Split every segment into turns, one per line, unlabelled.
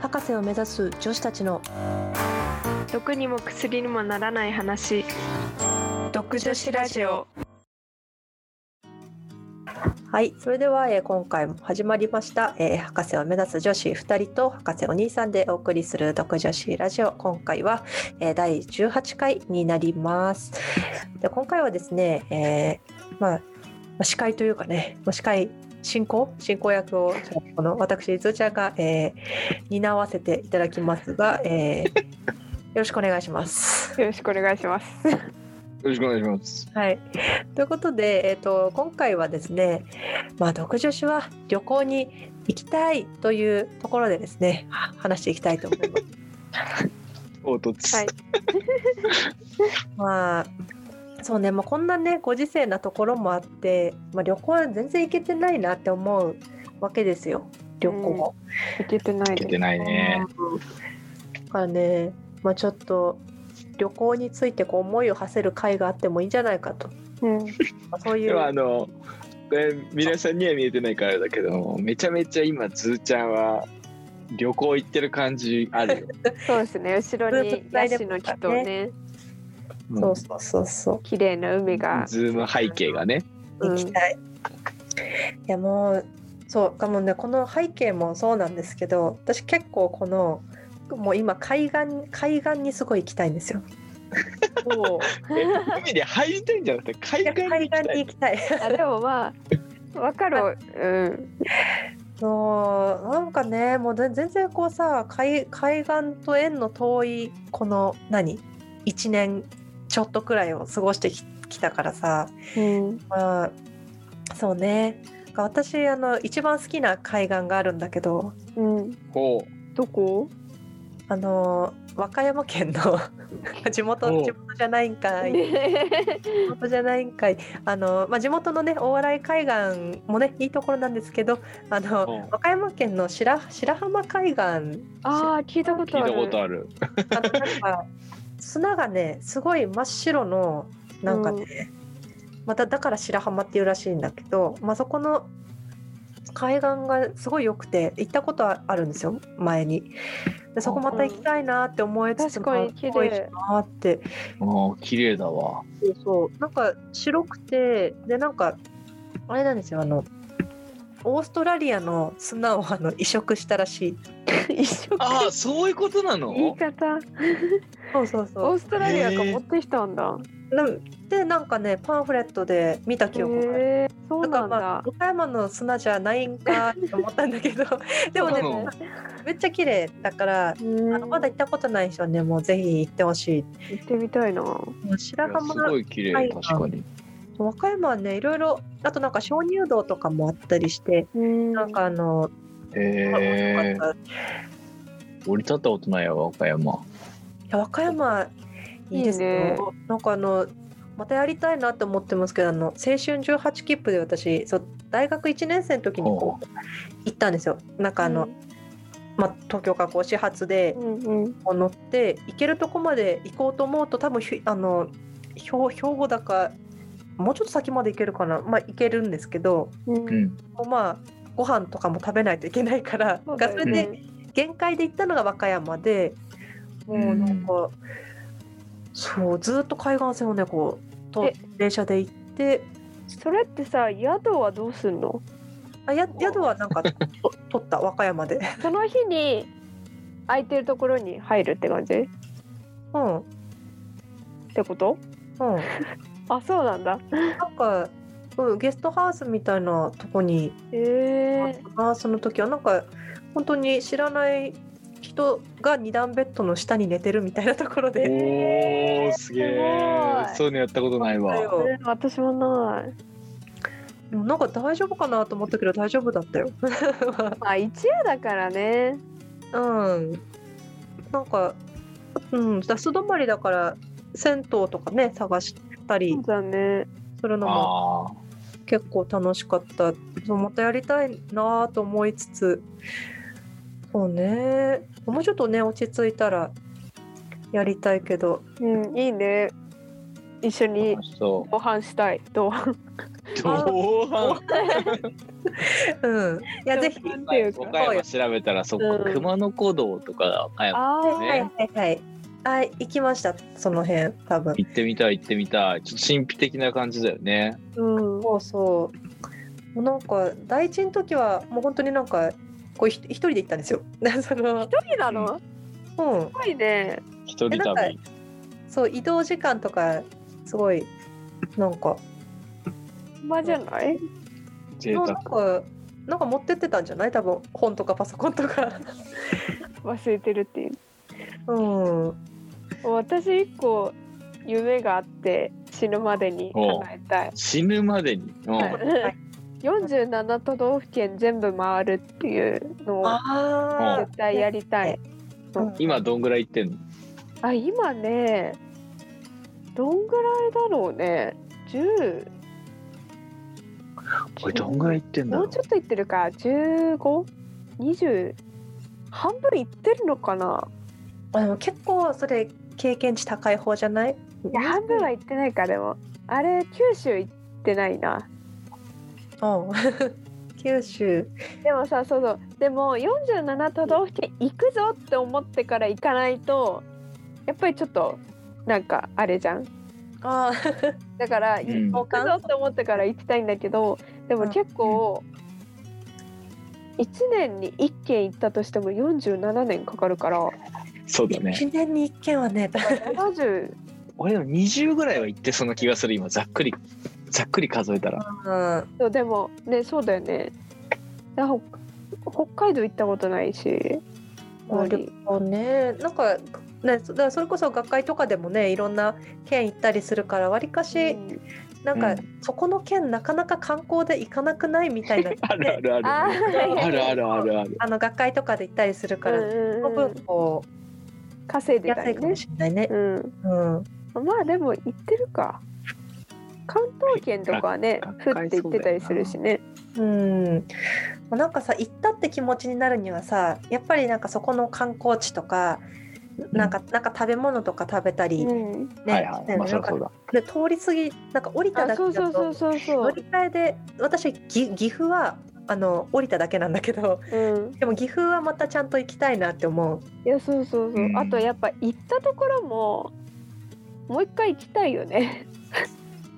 博士を目指す女子たちの
毒にも薬にもならない話毒女子ラジオ
はいそれでは、えー今回も始まりました、えー博士を目指す女子2人と博士お兄さんでお送りする「独女子ラジオ」今回は、えー第18回になりますで今回はですね、えーまあまあ司会というかね、まあ、司会進行進行役をちょっとこの私ズーちゃんが、えー担わせていただきますが、えーよろしくお願いします。
よろしくお願いします
よろしくお願いします。
はい、ということで、えっと今回はですね、まあ、独女子は旅行に行きたいというところでですねは話していきたいと思います。
凹凸。
はい
まあそうね、まあ、こんなねご時世なところもあって、まあ、旅行は全然行けてないなって思うわけですよ旅行。
いけてない
いけ
で
て
す
ないね。
だからね、まあ、ちょっと旅行についてこう思いを馳せる会があってもいいんじゃないかと、
うん
まあそうい
で
う
もあの、これ皆さんには見えてないからだけど、めちゃめちゃ今、ズーちゃんは旅行行ってる感じあるよ。
そうですね後ろにヤシの木とね
そうそうそうそう
綺麗な海が
ズーム背景がね。
行きたい。いやもうそうかもうねこの背景もそうなんですけど私結構このもう今海岸海岸にすごい行きたいんですよ。
おう
え海で入りたいんじゃなくて、海
いや
岸に
海
行き
岸
た
に
い。
行きたい。
あでもまあわかるうん
もうなんかねもう全全然こうさ海海岸と縁の遠いこの何1年ちょっとくらいを過ごしてききたからさ
うん
まあそうねなんか私あの一番好きな海岸があるんだけど
うん
ほ
どこ
あのー和歌山県の 地元
おう
地元じゃないんかい
ね
地元じゃないんかいあのー、まあ、地元のね大洗海岸もねいいところなんですけどあの
おう
和歌山県の白白浜海岸あの
ああ聞いたこ
う
と
聞い
あ
た
る
ことある。
なん か砂がねすごい真っ白のなんかね、まただから白浜っていうらしいんだけど、まあ、そこの海岸がすごい良くて行ったことはあるんですよ前に。でそこまた行きたいなって思いつつ
確かに綺
かっこいい
麗
なって
ああ、綺麗だわ。
そうそうなんか白くてでなんかあれなんですよあのオーストラリアの砂をあの移植したらしい
一緒
ああ、そういうことな
言い
の
方
そうそう
オ
そ
ーストラリアが持ってきたんだ
うなんでなんかねパンフレットで見た記憶がある。
へえそうなん
だからまあ
だ
岡山の砂じゃないんかって思ったんだけどでもね
そうなの
めっちゃ綺麗だからあのまだ行ったことない人はねもうぜひ行ってほしい
行ってみたいな。
白
いやす
浜
ごい綺
は
麗、
い
確かに。
和歌山はねいろいろあとなんか鍾乳洞とかもあったりして
な
なんかあの、
へえ
面白かった
降り立ったことないよ、和歌山。
いや和歌山いいですよ
いいね
なんかあのまたやりたいなと思ってますけどあの青春18切符で私そう大学1年生の時にこう行ったんですよなんかあの、まあ、東京からこう始発で
うんうん
こう乗って行けるとこまで行こうと思うと多分ひあの兵兵庫だかもうちょっと先まで行けるかなまあ行けるんですけど
うん
うん。
こうまあご飯とかも食べないといけないから
そうだ
が
よ
そ
ね
れで限界で行ったのが和歌山でもうなんか、そうずっと海岸線をねこうと
え
電車で行って
それってさ宿はどうすんの？
あや宿はなんかと 取った和歌山で
その日に空いてるところに入るって感じ？っ
うんうん
てこと？あそうなんだ。
なんか、うん、ゲストハウスみたいなとこに
へ
あっ
え
たな、その時はなんか本当に知らない人が二段ベッドの下に寝てるみたいなところで。
おおすげえ
すごい
そういうのやったことないわ
よ
私もない。
でもなんか大丈夫かなと思ったけど大丈夫だったよ。
まあ一夜だからね。
うん、なんか、うん、だ素泊まりだから銭湯とかね探したり
そうだね。
するのも
あ
結構楽しかったそうまたやりたいなと思いつつそうねもうちょっとね落ち着いたらやりたいけど
うんいいね。一緒に
そ
同伴したい同伴
う。同伴。
うん。いや、ぜひ。
なんていうか
岡山調べたらそこ、
うん
熊野古道とか岡山
あー、
はいはいはい。あ、行きました。その辺、多分。
行ってみたい行ってみたい。ちょっと神秘的な感じだよね。
うん
そうそう。もうなんか、第一の時は、もう本当になんか、こうひ一人で行ったんですよ。 その、
一人なのす
うん。
ごいね
一
え
人
なんか
旅。
そう、移動時間とか、すごい、なんか、
まじゃない
贅
もうな
沢
ん。か、なんか持ってってたんじゃない多分、本とかパソコンとか。
忘れてる っていう
うん。
私一個夢があって死ぬまでに叶えたい
死ぬまでに。うん
はい
はい
47都道府県全部回るっていうのを
あ
絶対やりたい
あ、うん
今どんぐらい行ってんの？
あ今ねどんぐらいだろうね10
おいどんぐらい行ってんだ
も
ろう
うちょっといってるか1520半分いってるのかな
あでも結構それ経験値高い方じゃない
いや半分は行ってないかでもあれ九州行ってないな
うん 九州
でもさそうそうでも47都道府県行くぞって思ってから行かないとやっぱりちょっとなんかあれじゃん
あ
だから、
ん
行くぞって思ってから行きたいんだけどでも結構、1年に1軒行ったとしても47年かかるから
そうだね。
一年に一件はね
70
俺でも20ぐらいは行ってその気がする今ざっくりざっくり数えたら。
うん
そうでもねそうだよねだほ北海道行ったことないし
あ旅行ねなんかねそだからそれこそ学会とかでもねいろんな県行ったりするからわりかし、
うん
なん
う
か
ん
そこの県なかなか観光で行かなくないみたいな
あるあるある。
あー
あるあるあるある。
あの学会とかで行ったりする から、
うんうんうん
その分こ
稼いうでた
安い
り
か
ね
もしれないね
う、ん
うん
まあでも行ってるか関東圏とかはね
学
降
学会
って行ってたりするしね
うん、なんかさ行ったって気持ちになるにはさやっぱりなんかそこの観光地とかなんかなんか食べ物とか食べたり、ね
うん
はいはい。まあ
な
そ
ん
う
か
そうだ。
で通り過ぎなんか降りた
あ
だけ
そうそ
だ
うそう
と
そう
乗
そう
り換えで私ぎ岐阜はあの降りただけなんだけど
うん
でも岐阜はまたちゃんと行きたいなって思う。
いやそうそうそう、
うん
あとやっぱ行ったところももう一回行きたいよ ね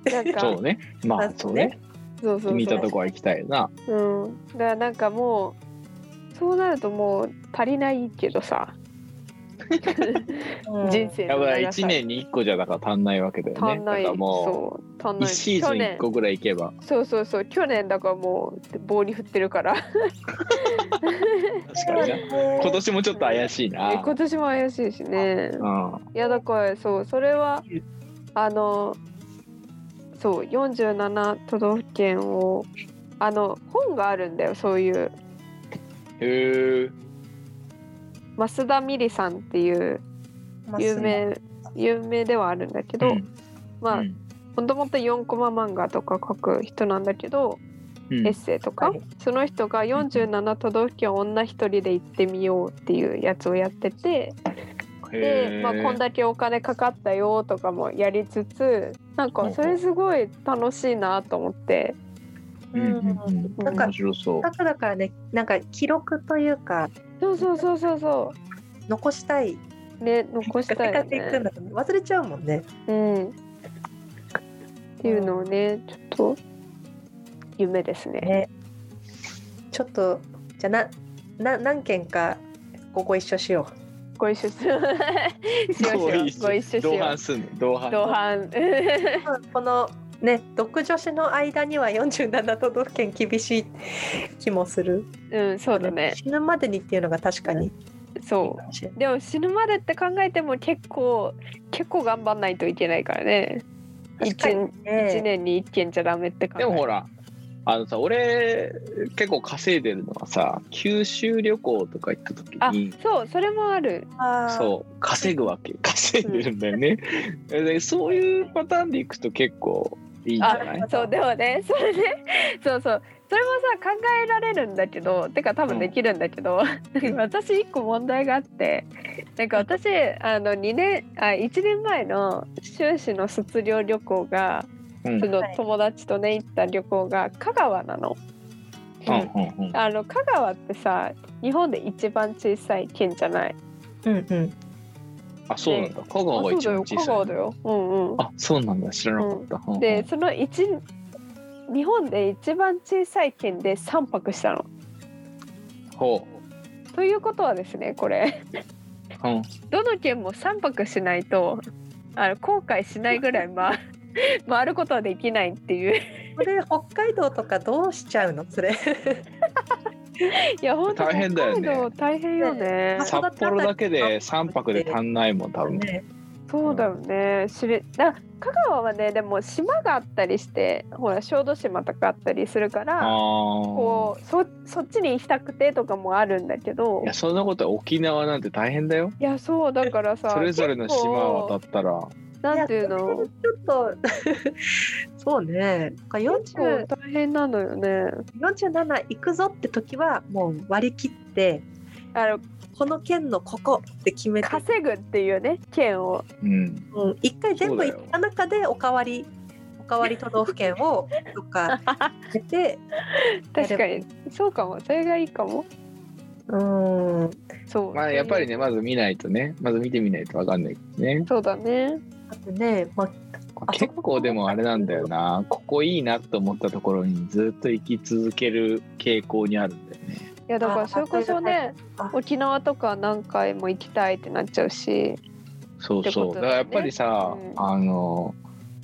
なんか
そうね。まあそうね。
そうそうそう
見たとこは行きたいな。
うんだからなんかもうそうなるともう足りないけどさ、
うん
人生
や
の長さ
ばい1年に1個じゃだから足んないわけだよね。
足んない
だからも
そう足ん
う
ない
1シーズ
去
ン1
年
個ぐらい行けば。
そうそうそう去年だからもう棒に振ってるから
確かにな。今年もちょっと怪しいな。
今年も怪しいしね
うん
いやだからそうそれはあのそう47都道府県をあの本があるんだよそういう
へえ。
増田美里さんっていう
まあ
有名有名ではあるんだけど、
うん
まあ
うん
もともと4コマ漫画とか書く人なんだけど、
うん
エッセイとか、
はい
その人が47都道府県女一人で行ってみようっていうやつをやっててで、まあ、こんだけお金かかったよとかもやりつつなんか
ほうほう
それすごい楽しいなと思って
うんうん
なん
うん
か
面白そう
せっかくだからねなんか記録というか
そうそうそうそうそ
残したい、
うね残したいよ
せっかく行くん
ね。
だから忘れちゃうもんね。
うん、っていうのをねちょっと夢ですね。
ね、ちょっとじゃあなな何件かごご一緒しよ
ご一緒しようしようしよう。ご一緒しよ
同伴
う。
すんね同伴
同伴。
う。このね独女子の間には47都道府県厳しい気もする。
うん、そうだね。
死ぬまでにっていうのが確かに。
そ。
かもしれないう
でも死ぬまでって考えても結構結構頑張んないといけないからね。一
確かに
一
ね。
年に一件じゃダメって考え。
でもほらあのさ俺結構稼いでるのはさ九州旅行とか行った時
あ
に、
そう、それもある。
あー
そう稼ぐわけ稼いでるんだよね、でそういうパターンで行くと結構いいんじゃな い
あ、そうでもね、それね、そうそう。それもさ考えられるんだけどてか多分できるんだけど、私一個問題があってなんか私あの2年あ1年前の修士の卒業旅行が
うん
その
はい
友達とね行った旅行が香川なの。
うんうん
あの香川ってさ日本で一番小さい県じゃない。
うんうん。
あそうなんだ香川が
あそう
一
だ
番
よ
小
香
さ
川
い
だよ。うんうん。
あそうなんだ知らなかった、うんうん
でその一日本で一番小さい県で3泊したの。
ほ
ということはですねこれ
う、うん、
どの県も3泊しないとあの後悔しないぐらい、ま、 回ることはできないっていう
これ北海道とかどうしちゃうのそれ。
いや本当
大変だよね
北海道大変よね
ね
札幌だけで3泊で足んないもん多分、
ね
そうだよね知れだ香川はねでも島があったりしてほら小豆島とかあったりするか
あ
ら
あ
こうそそっちに行きたくてとかもあるんだけど
いやそんなことは沖縄なんて大変だよ
いやそうだからさ
それぞれの島を渡
結
ったら
構なんていう
や
の
ちょっと そうね。なんか
結構
40
大変なのよね
47行くぞって時はもう割り切って
あの
この県のここって決めて、
稼ぐっていうね県を
うん
うん、一回全部行った中でおかわりおかわり都道府県をどっか出て
確かにそうかもそれがいいかも
うん
そう
まあやっぱりねまず見ないとねまず見てみないとわかんないですね
そうだね
あとね、まあ、あ
結構でもあれなんだよなここいいなと思ったところにずっと行き続ける傾向にあるんだよね
いやだから
あ
それこそね
あ
沖縄とか何回も行きたいってなっちゃうし
そう
ってこ
そう
とだよね
だ,、からやっぱりさ、
うん
あの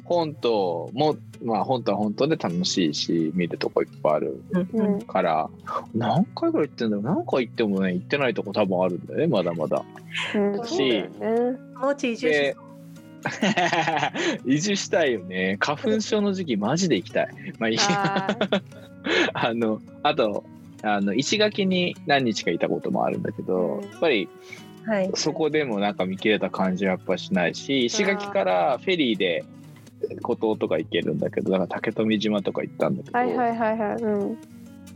本島もまあ本島は本当で楽しいし見るとこいっぱいある
うん
う
うんん、
から何回ぐらい行ってんだろう何回行ってもね行ってないとこ多分あるんだよねまだまだ
うん、そうだよ ね
そのうち移住し
で移住したいよね花粉症の時期マジで行きたいまあいいや
あー
あのあとあの石垣に何日かいたこともあるんだけど、
うん
やっぱり
はい
そこでもなんか見切れた感じはやっぱしないし石垣からフェリーで孤島とか行けるんだけどだから竹富島とか行ったんだけど、
はいは
や
いはいはいうん
っ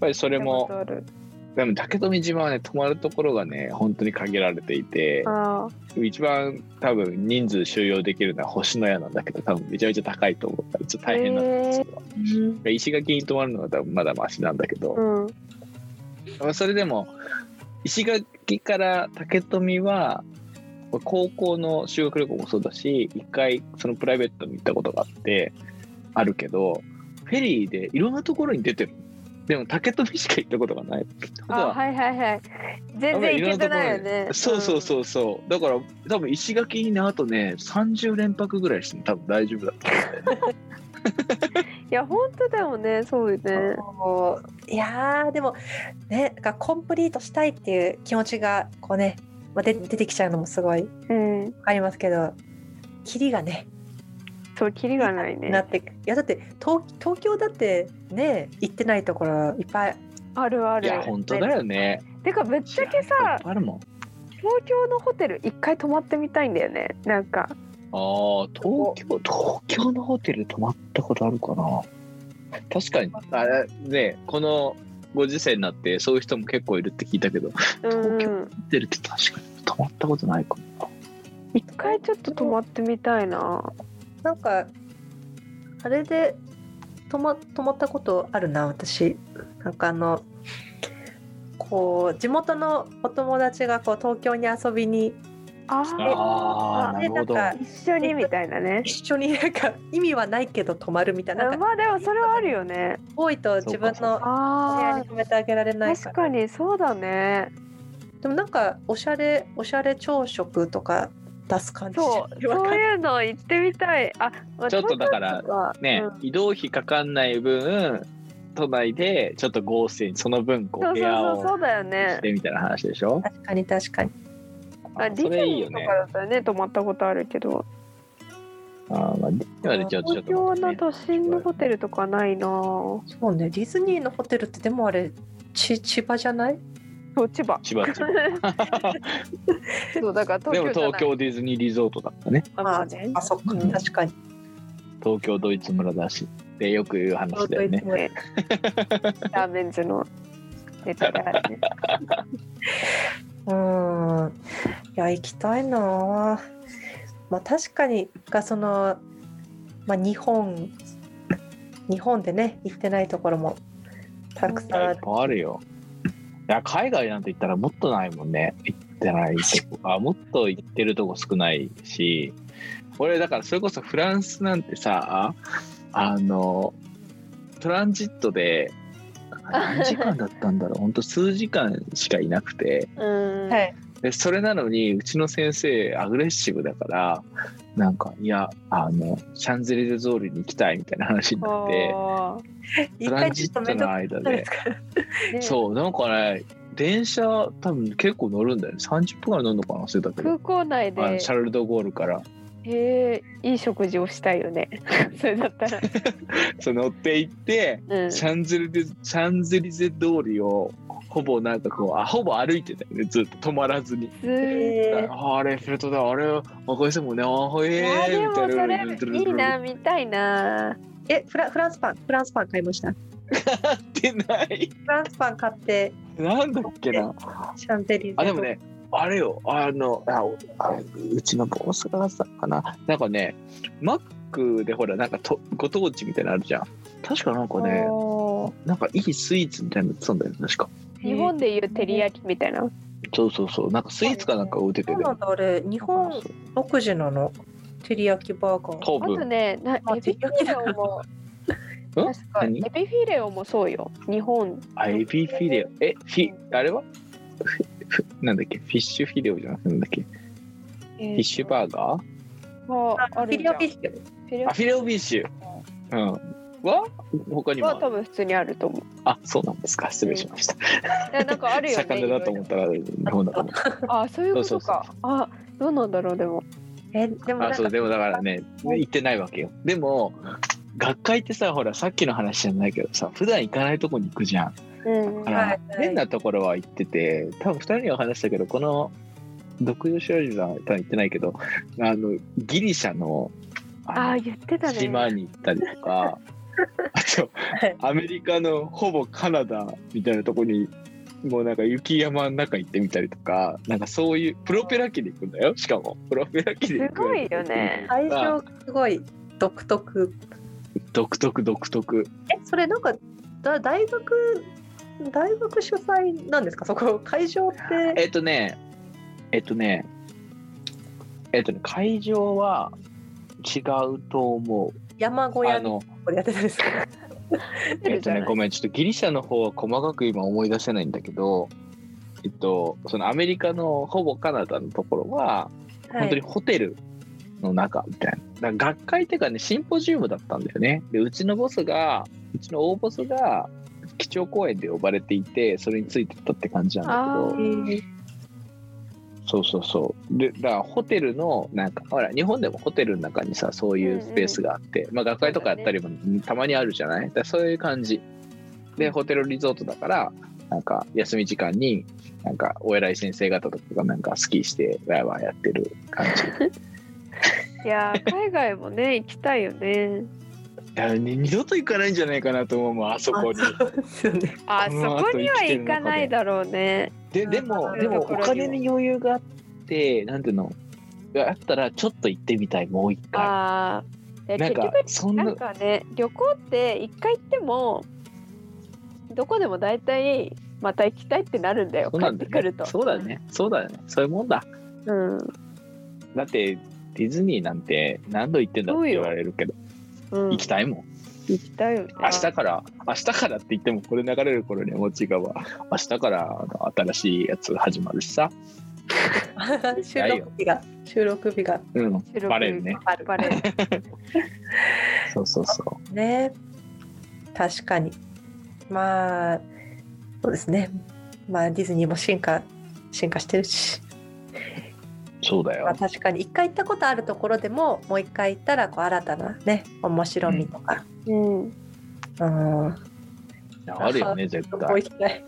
ぱりそれも
ある
でも竹富島はね泊まるところがね本当に限られていて
あ
一番多分人数収容できるのは星のやなんだけど多分めちゃめちゃ高いと思うからちょっと大変なんだよ
へー
それは
うん
石垣に泊まるのは多分まだマシなんだけど、
ーうん
まあそれでも石垣から竹富は高校の修学旅行もそうだし一回そのプライベートに行ったことがあってあるけどフェリーでいろんなところに出てるでも竹富しか行ったことがないってこと
あ
は
はいはいはい全然行けてないよね
そうそうそうそう、だから多分石垣にねあとね30連泊ぐらいしても多分大丈夫だったんだよね
うんいや本当だよねそうよね
もういやーでもねなんかコンプリートしたいっていう気持ちがこうね、まあ、で出てきちゃうのもすごいわ
うん
かりますけどキリがね
そうキリがない
なっ
ね
ていやだって東東京だってね行ってないところいっぱい
あるあ
い
る
や本当だよね
てかぶっちゃけ
いやい
さ
っぱいあるもん
東京のホテル一回泊まってみたいんだよねなんか
ああ、東京、東京のホテル泊まったことあるかな。確かに、あれね、このご時世になって、そういう人も結構いるって聞いたけど、ホ
うん
東京
うん
テルって確かに泊まったことないかもな。
一回ちょっと泊まってみたいな
なんかあれで泊ま泊まったことあるな私なんかあのこう地元のお友達がこう東京に遊びに
あ
あ
ー
あ、なるほど。
でなんか
一緒にみたいなね
一緒になんか意味はないけど泊まるみたいななんか
まあでもそれはあるよね
多いと自分の部屋
あ
に泊めてあげられないか
確
ら
かにそうだね
でもなんかおしゃれおしゃれ朝食とか出す感じ
そう
わ
そう
かん
いうの行ってみたいあ
ちょっとだからね、
う
移動費かかんない分、都内でちょっと豪勢に、その分、こ、
そうう
部
そう
屋
そう
を
そうだよ
し
ね
てみたいな話でしょ。
確かに確かに
あ
あ
ディズ
それいい
ニー
よ
とかだった
ね。
よね泊まったことあるけど
あーまあ、ディズニーはねちょっとち
東
ょっと
京
待って
の
ね
都心のホテルとかないなぁ
そうねディズニーのホテルってでもあれち千葉じゃない
そう千葉
千葉、千葉。
そうだから
で
東京じゃな
も
い
東京ディズニーリゾートだったね。
あまあね
あそっか
うん
確かに
東京ドイツ村だし。ってよく言う話だよね。
ねラーメンズのネタであるね。
うんいや行きたいなあまあ確かにがその、まあ、日本日本でね行ってないところもたくさん
い
あ
っ
る
ぱいあるよ。いや海外なんて言ったらもっとないもんね。行ってないとこあもっと行ってるとこ少ないし俺だからそれこそフランスなんてさあのトランジットで何時間だったんだろうほんと数時間しかいなくて
うん。
はい
でそれなのにうちの先生アグレッシブだからなんかいやあのシャンゼリゼ通りに行きたいみたいな話になって
お
一
トラン
回
ジ
ちょっ
ッ
と
ト
めんどくさ
の間
いで。
です
から
ーね
そうなんかね電車多分結構乗るんだよね30分ぐらい乗るのかな忘れたけ
空
ど
港内
あの
で
シャルル・ド・ゴールから
へえいい食事をしたいよね。 それだったら。
そう乗って行って
うん。
シャンゼリゼシャンゼリゼ通りをほぼなんかこうあほぼ歩いてたよねずっと止まらずに。
ず
え
ああれフェルトだあれ若い人もんねあ
ーい
へ
や
え
で
み
も
たい
そ
な
れいい な見たいな。
ーえフラフランスパンフランスパン買いましたフ
やってない
ランスパン買って
なんだっけな
シャンゼリゼ
あでもねあれよあのああうちのボスがさかななんかねマックでほらなんかとご当地みたいなのあるじゃん確かなんかね
おー
なんかいいスイーツみたいなの売ってたんだよね確か
日本でいう照り焼きみたとい
そうそうそうなんかスイーツかなんか売って
そ
て
うなんだあれ日本独自なの照り焼きバーガー
糖
な。あと
分
ねなエ
あ
ビフィレオも。
ん
確かエ
何
ビフィレオもそうよ。日本
あエビフィレオえフィあれはフフなんだっけフィッシュフィレオじゃなくてなんだっけフ
フィ
ィッシュバーガー
あ
あ
フィ
る
リ
じゃ
オ
ん。
フィッシュ
フィレ
あフィレオフィッシュうんは他に
オは多
も
分普通にあると思う。
あそうなんですか失礼しました
いやなんかあるよね。
魚だと思ったら日本だと思った
あそういうこ
そ
と
うそう
か。あどうなんだろうでも。
えでもなん
あそう
か
でもだからね行ってないわけよでも学会ってさほらさっきの話じゃないけどさ普段行かないとこに行くじゃん
うん
あ。ら、
はいはい
変なところは行ってて多分2人には話したけどこの独自ラジオさんは多分行ってないけどあのギリシャの
あ
あ
ー言って
の
たね。
島に行ったりと かあと
はい
アメリカのほぼカナダみたいなとこにもうなんか雪山の中行ってみたりとかなんかそういうプロペラ機で行くんだよしかもプロペラ機で行く
すごいよね。
最初すごい独特
独特独特
えそれなんかだ大学大学主催なんですかそこ会場って
えっとね、えっとね、えっとね、会場は違うと思う。
山小
あ
屋の
の、
とこでやってたんですか
て
えっ
るじ
と
ゃな
ね
い、
ごめん、ちょっとギリシャの方は細かく今思い出せないんだけど、えっと、そのアメリカのほぼカナダのところは、 本当にホテルの中みたいな。だから学会っていうかね、シンポジウムだったんだよね。で、うちのボスが、うちの大ボスが、基調講演で呼ばれていて、それについてったって感じなんだけど
あー。
はい
そうそうそうでだからホテルのなんかほら日本でもホテルの中にさそういうスペースがあって、まあ、学会とかやったりもたまにあるじゃないだからそういう感じでホテルリゾートだからなんか休み時間になんかお偉い先生方とかがなんかスキーしてワイワイやってる感じ
いやー海外もね行きたいよね。
だからね二度と行かないんじゃないかなと思うもんあそこに
あそうですよね
あ
こ
そ
の後
こには行かないだろうね。
ででもでもお金に余裕があってなんていうのがあったらちょっと行ってみたいもう一回
ああ
な
結
んか
局
そん
な
なん
かね旅行って一回行ってもどこでも大体また行きたいってなるんだよ
そう
帰
な
っ
んだ
て
よ
く
ね
ると。
そうだよね。そうだよね。そういうもんだ。
うん
だって、ディズニーなんて何度行ってんだって言われるけど、
うん、
行きたいもん。
行きたいよね。
明日から、明日からって言っても、これ流れる頃にはもう違うわ。明日からあの新しいやつ始まるしさ。
収録日が収録日が
うん。
収録
バレるね。
ある
バレる。
そうそうそう。
ね確かにまあそうですねまあディズニーも進化進化してるし、
そうだ
まあ、
よ。
確かに一回行ったことあるところでももう一回行ったらこう新たなね面白みとか、
うん。
うん、
あるよね、絶
旅行
対。
行きたい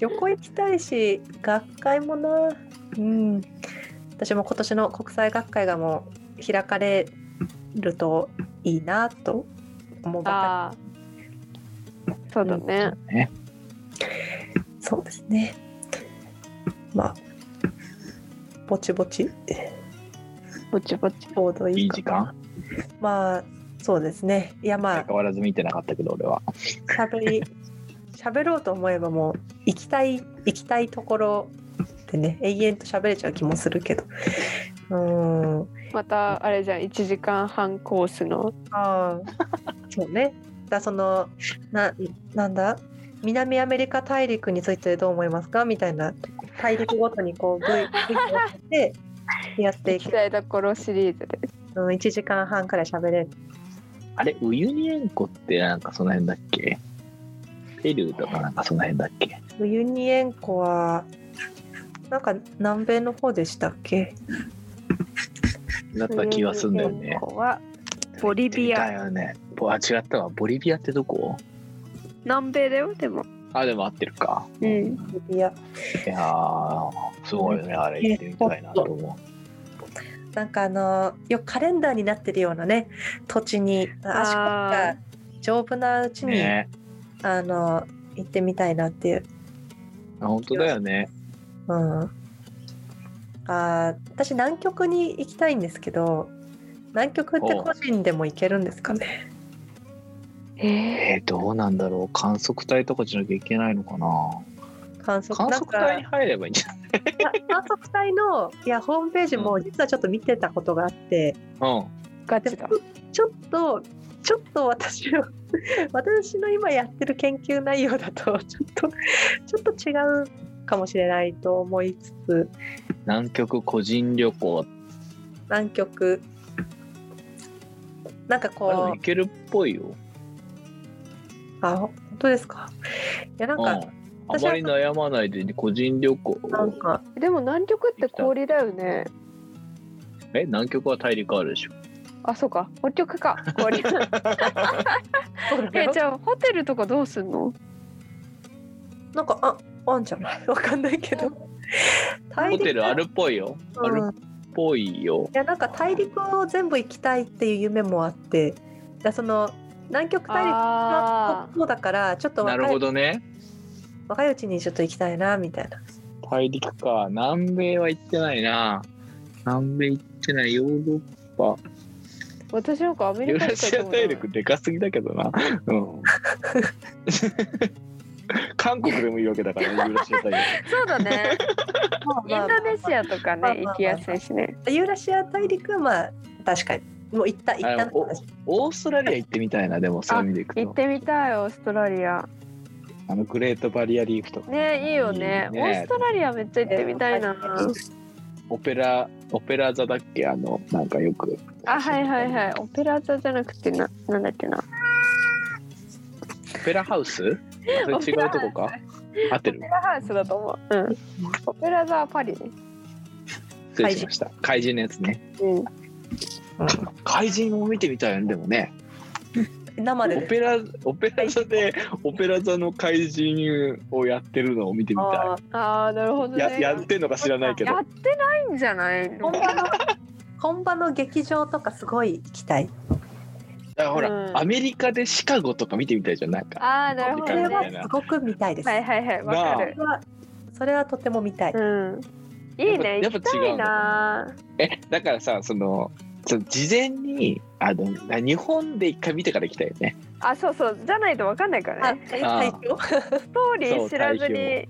旅行行きたいし学会もなうん私も今年の国際学会がもう開かれるといいなと思うばか
あーそうだね、
ね
りそうですねまあぼちぼちえ
ぼちぼち
ちょうどい
い
い
い
か
時間
まあそうですねいやまあ
相変わらず見てなかったけど俺は
喋り喋ろうと思えばもう行きたい行きたいところでね永遠と喋れちゃう気もするけどうーん
またあれじゃん1時間半コースの
ああそうねだそのななんだ南アメリカ大陸についてどう思いますかみたいな大陸ごとにこう V でやってい
行
く
き、たいところシリーズで
うん、1時間半くらい喋れる
あれウユニ塩湖ってなんかその辺だっけペルーとかなんかその辺だっけ
ユニ塩湖はなんか南米の方でしたっけ
だった気がするんだよね
ここはボリビア
だよねぼあ違ったわボリビアってどこ
南米だよでも
あでも合ってるか
うん
いや
いやーすごいよねあれ行ってみたいなと思
なんかあのよくカレンダーになってるようなね土地に
ー
足が丈夫なうち
う
にあ、
ね
の行ってみたいなっていう、
あ本当だよね
うん、あー私南極に行きたいんですけど南極って個人でも行けるんですかね
えー
えー、どうなんだろう観測隊とかじゃなきゃいけないのかな
観測
観
なん
測隊に
か
入ればいいんじゃ
いや観測隊のいやホームページも実はちょっと見てたことがあって、
ない
ガ
で
チ
も
だ
ちょっとちょっと私の 私の今やってる研究内容だとちょっとちょっと違うかもしれないと思いつつ
うん南極個人旅行
南極なんか
あでも
こ
行けるっぽいよ
うあ本当ですかいやなんか、
うん、あ
私は
まり悩まないで個人旅行
なんか
でも南極って氷だよね
え南極は大陸あるでしょ
あそうか北極か氷 えじゃあホテルとかどうすんの
なんかああん じゃないわかんないけど大
ホ
陸
テルあるっぽいよある
うん
っぽいよ
いやなんか大陸を全部行きたいっていう夢もあってだその南極大陸
あ
がそうだからちょっと
なる
若
ほ
い
どね
若いうちにちょっと行きたいなみたいな
大陸か南米は行ってないな南米行ってないヨーロッパ
ー私なんかアメリ
ユー
カ
ラ
しか
シ
行
ア
ったこと ない
大陸でかすぎだけどなうん 韓国でもいいわけだからねユーラシア大陸
そうだねイン
まあまあ
ドネシアとか
まあまあま
ね
あ
行きやすいしね
ユーラシア大陸はまあ確かにもう行った行ったのかもしれない
オーストラリア行ってみたいなでもそういう意味でいく
行っ
と
てみたいオーストラリア
あのグレートバリアリーフとか
ねいいよねオーストラリアめっちゃ行ってみたいな
オペラオペラ座だっけあのなんかよく
あはいはいはいオペラ座じゃなくてななんだっけな
オペラハ ウス
オ
そ
ペ
れ違
ラ
うとこか合ってる
オペラハウスだと思ううんオペラ座はパリね
失礼しました怪人のやつね
うん
怪人も見てみたいよねでもね
生
オ
で
ペラオペラ座でオペラ座の怪人をやってるのを見てみた
あー
ああなるほど
いや
ね
やってんのか知らないけど
やってないんじゃないの
本場の本場の劇場とかすごい行きたい
だからほら、
うん
アメリカでシカゴとか見てみたいじゃんなんか
ああなるほ
そ
ど
れ
ね
は
は
すごく見たいです、
いはいはいわか
それ
る
はそれはとても見たい、
うんいいね
や
行
っぱ
きた
やっぱ違う
い
のか
な
えだからさそのその事前にあの日本で一回見てから行きたいよね
あそうそうじゃないとわかんないから
あ
ね
え
あー
最強
ストーリ
そう
ー知らずに
対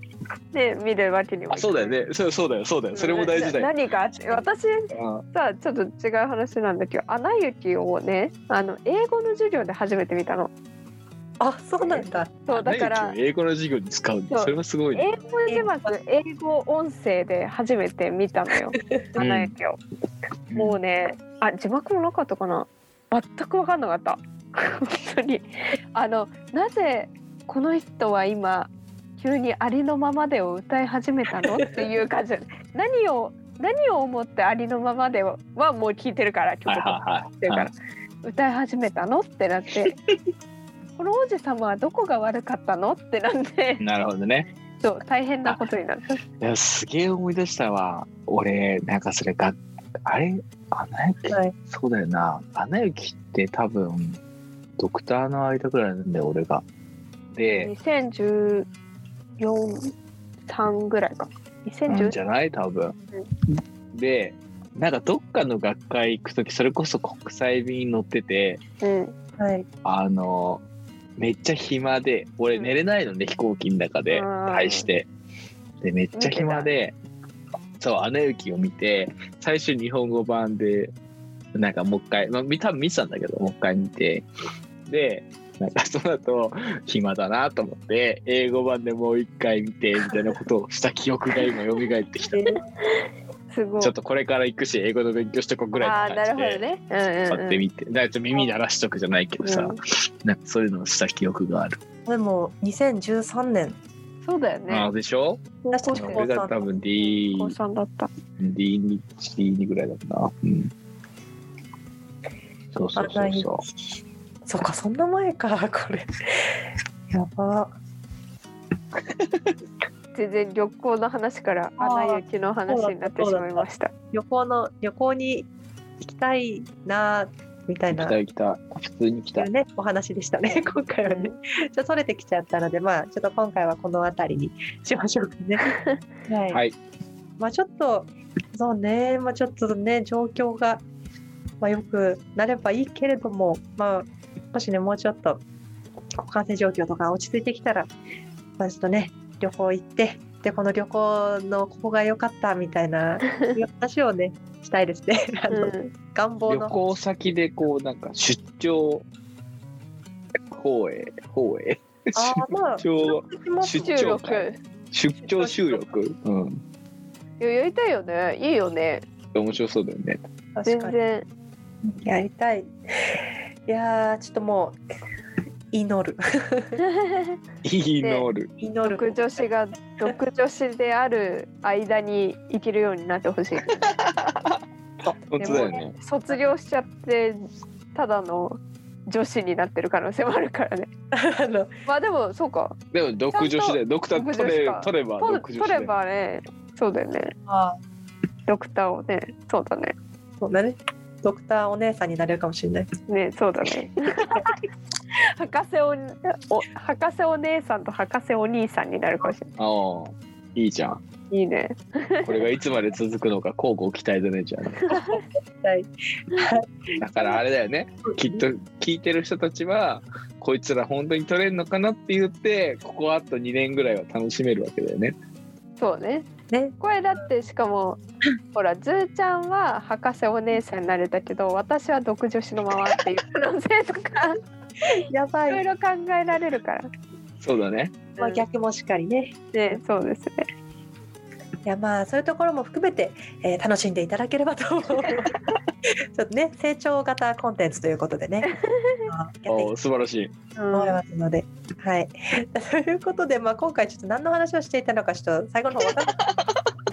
ね見るわけにもいかな
あ
い
そうだよねそうそうだよそうだよそれも大事だよ、
何かあって私
うん
さちょっと違う話なんだけど「アナ雪」をねあの英語の授業で初めて見たの
あそうなんだ
そうだか
何
ら
を英語の授業に使うん
そ
だ
う
それはすごいね
英語字幕英語音声で初めて見たのよ「
うん
アナ雪」をもうねあ字幕もなかったかな全く分かんなかった本当にあのなぜこの人は今急に「ありのままで」を歌い始めたのっていう感じ何を何を思って「ありのままでは」もう聴いてるから曲
はい
とか
はいはい
ってるから歌い始めたのってなって この王子様はどこが悪かったのってなって
なるほどね
そう大変なことになる
いやすげえ思い出したわ俺なんかそれがあれアナ雪、
はい
そうだよなアナ雪って多分ドクターの間ぐらいなんだよ俺がで、
2014、3ぐらいか。
なん
2010
じゃない多分でなんかどっかの学会行く時それこそ国際便に乗ってて
うん。
はい。
あのめっちゃ暇で俺
うん
寝れないのね、飛行機の中で
あー
対してでめっちゃ暇でそう「アナ雪」を見て最初日本語版でなんかもう一回、まあ、み多分見てたんだけどもう一回見てでなんかその後暇だなと思って英語版でもう一回見てみたいなことをした記憶が今蘇っ てきた
えー
すごい。
ちょっとこれから行くし英語の勉強してこうぐ
あ
ら
あー、
いの
なる
感
ほ
じで
どね。うんうん、
買
う
っ
ん。
てみて、だいたい耳鳴らしとくじゃないけどさ、
うん
なんかそういうのをした記憶がある。
でも2013年
そうだよ
あ
ね
あ。でしょ
高校生
俺が多分 D、
高三だった。
D2、D2 ぐらいだったな。うん。そうそうそうそ
そうかそんな前かこれ。やば。
全然旅行の話から
あ
ア
ー
ナ雪の話になってしまいました。
旅行の旅行に行きたいなみた
う。
い
来
な。
た来た。普通に来た。
ね、お話でしたね、 今回はね。ちょっと取れてきちゃったので、まあ、ちょっと今回はこの辺りにしましょうかね。 はい
はい。
まあ、ちょっと、そうね、まあ、ちょっとね、状況が、まあ、よくなればいいけれども、まあ、もしね、もうちょっと、感染状況とか落ち着いてきたら、まあ、ちょっとね、旅行行って、で、この旅行のここが良かったみたいな、そういう話をね、 したいですね。あの
うん
願望
旅
の。
行先でこう、なんか出張、方へ、方へ。
あーまあ
出
収
張、出張
録。
会。出張収録。うん。
いややりたいよね。いいよね。
面白そうだよね。
確
全
かに。
然。
やりたい。いやー、ちょっともう、祈る。
いいノール。
祈
独
る。
女子が独女子である間に生きるようになってほしい。
本当だよね。
卒業しちゃってただの女子になってる可能性もあるからね。
あの
まあでもそうか。
でも独女子でドクター
独
取
女子
れ
か
取れば
取
独女
取
子
れ
で
ばね、そうだよね。
あ
ドクターをね、そうだね。
そうだね。ドクターお姉さんになれるかもしれない。
ね、そうだね。 博士おお博士お姉さんと博士お兄さんになるかもしれな
ああいいじゃん
い。いいね。
これがいつまで続くのか交互期待だねじゃ ん
はい。
だからあれだよねきっと聞いてる人たちはこいつら本当に取れるのかなって言ってここあと2年ぐらいは楽しめるわけだよね
そうね。
ね。
これだってしかもほらズーちゃんは博士お姉さんになれたけど私は独女子のままっていう可能性とか
やば
いろい
い。
ろ考えられるから。
そうだね
まあ、逆もしっかりね。
ね、そうですね。
いや、まあ、そういうところも含めて、えー楽しんでいただければと思う。 ちょっとね、成長型コンテンツということで ね。あのやっていきたい
お素晴らしい
思いますので、はい。 ということで、まあ、今回ちょっと何の話をしていたのか、ちょっと最後の方分かんなかった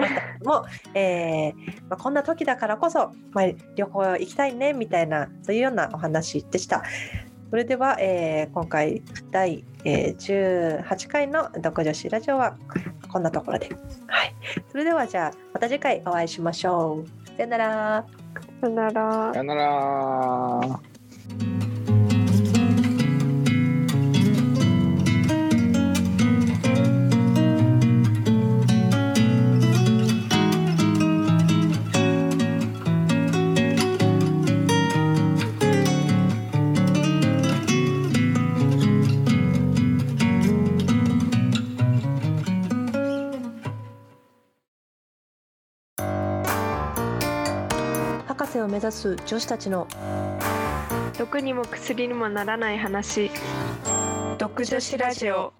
けど も、えーまあ、こんな時だからこそ、まあ、旅行行きたいねみたいなそういうようなお話でした。それでは、えー今回第、えー18回の「独女子ラジオ」はこんなところで、はい、それではじゃあまた次回お会いしましょう。さよなら。
さよなら
さ。よなら
博士を目指す女子たちの
毒にも薬にもならない話。
独
女子ラジオ